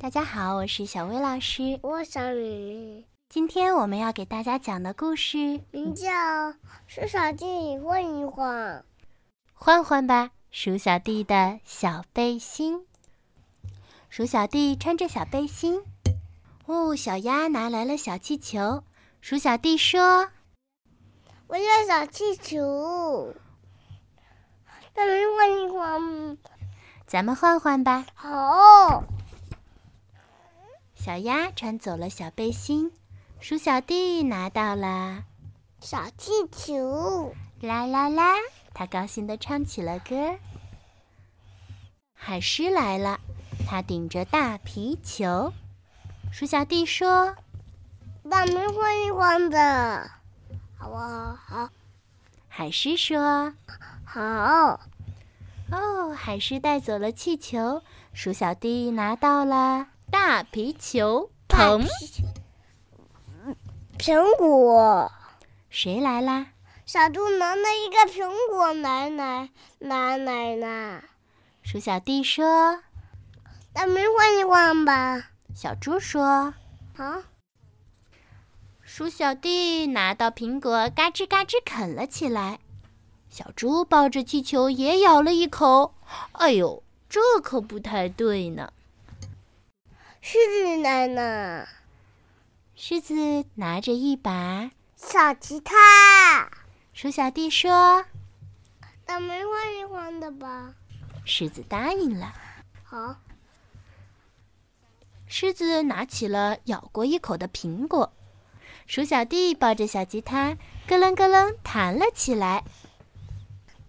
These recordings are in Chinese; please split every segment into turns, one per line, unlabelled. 大家好，我是小薇老师。
我想你，
今天我们要给大家讲的故事《
名叫是小鸡换一换。
换换吧，鼠小弟的小背心。鼠小弟穿着小背心。哦，小鸭拿来了小气球。鼠小弟说
我要小气球，咱们换一换。：“
咱们换换吧。”
好，
小鸭穿走了小背心，鼠小弟拿到了
小气球，
啦啦啦，他高兴地唱起了歌。海狮来了，它顶着大皮球。鼠小弟说
咱们换一换的，好不好？好，：“
海狮说，
好，
哦，海狮带走了气球，鼠小弟拿到了大皮球。”
大
砰！
皮苹果，
谁来啦？
小猪拿了一个苹果奶奶奶奶奶，
鼠小弟说。
咱们换一换吧。
小猪说。
好，
鼠小弟拿到苹果，嘎吱嘎吱啃了起来。小猪抱着气球也咬了一口，哎呦，这可不太对呢！
狮子奶奶，
狮子拿着一把，
小吉他，
鼠小弟说
咱们换一换的吧。：“
狮子答应了。
好，”
狮子拿起了咬过一口的苹果，鼠小弟抱着小吉他，咯楞咯楞弹了起来。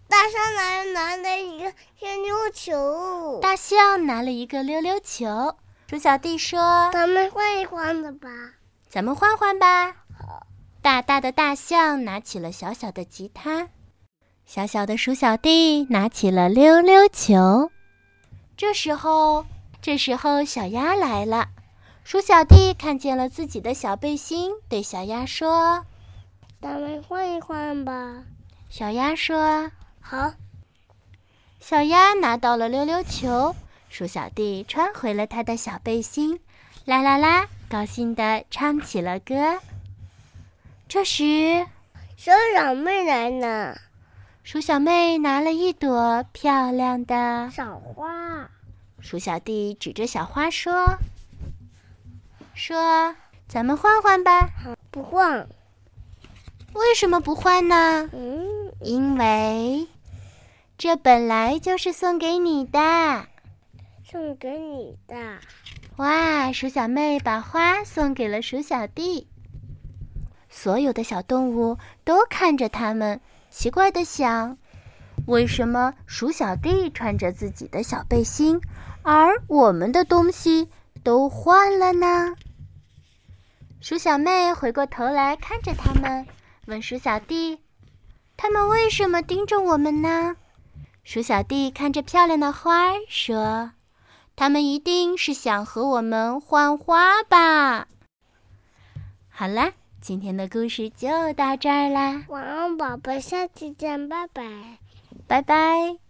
大山奶奶拿了一个天牛球，
大象拿了一个溜溜球，鼠小弟说：“
咱们换一换的吧。
咱们换换吧。大大的大象拿起了小小的吉他，小小的鼠小弟拿起了溜溜球。这时候，这时候小鸭来了，鼠小弟看见了自己的小背心，对小鸭说
咱们换一换吧。：“
小鸭说，
好，
小鸭拿到了溜溜球，鼠小弟穿回了他的小背心，啦啦啦，高兴地唱起了歌。”这时，
小小妹奶奶，
鼠小妹拿了一朵漂亮的，
小花，
鼠小弟指着小花说：“说，咱们换换吧。
不换。
为什么不换呢？
嗯，
因为这本来就是送给你的。
送给你的。
哇！鼠小妹把花送给了鼠小弟。所有的小动物都看着他们，奇怪的想：为什么鼠小弟穿着自己的小背心，而我们的东西都换了呢？鼠小妹回过头来看着他们，问鼠小弟：“他们为什么盯着我们呢？”鼠小弟看着漂亮的花儿说。他们一定是想和我们换花吧。好啦，今天的故事就到这儿啦，
晚安，宝贝，下期见，拜拜。
拜拜。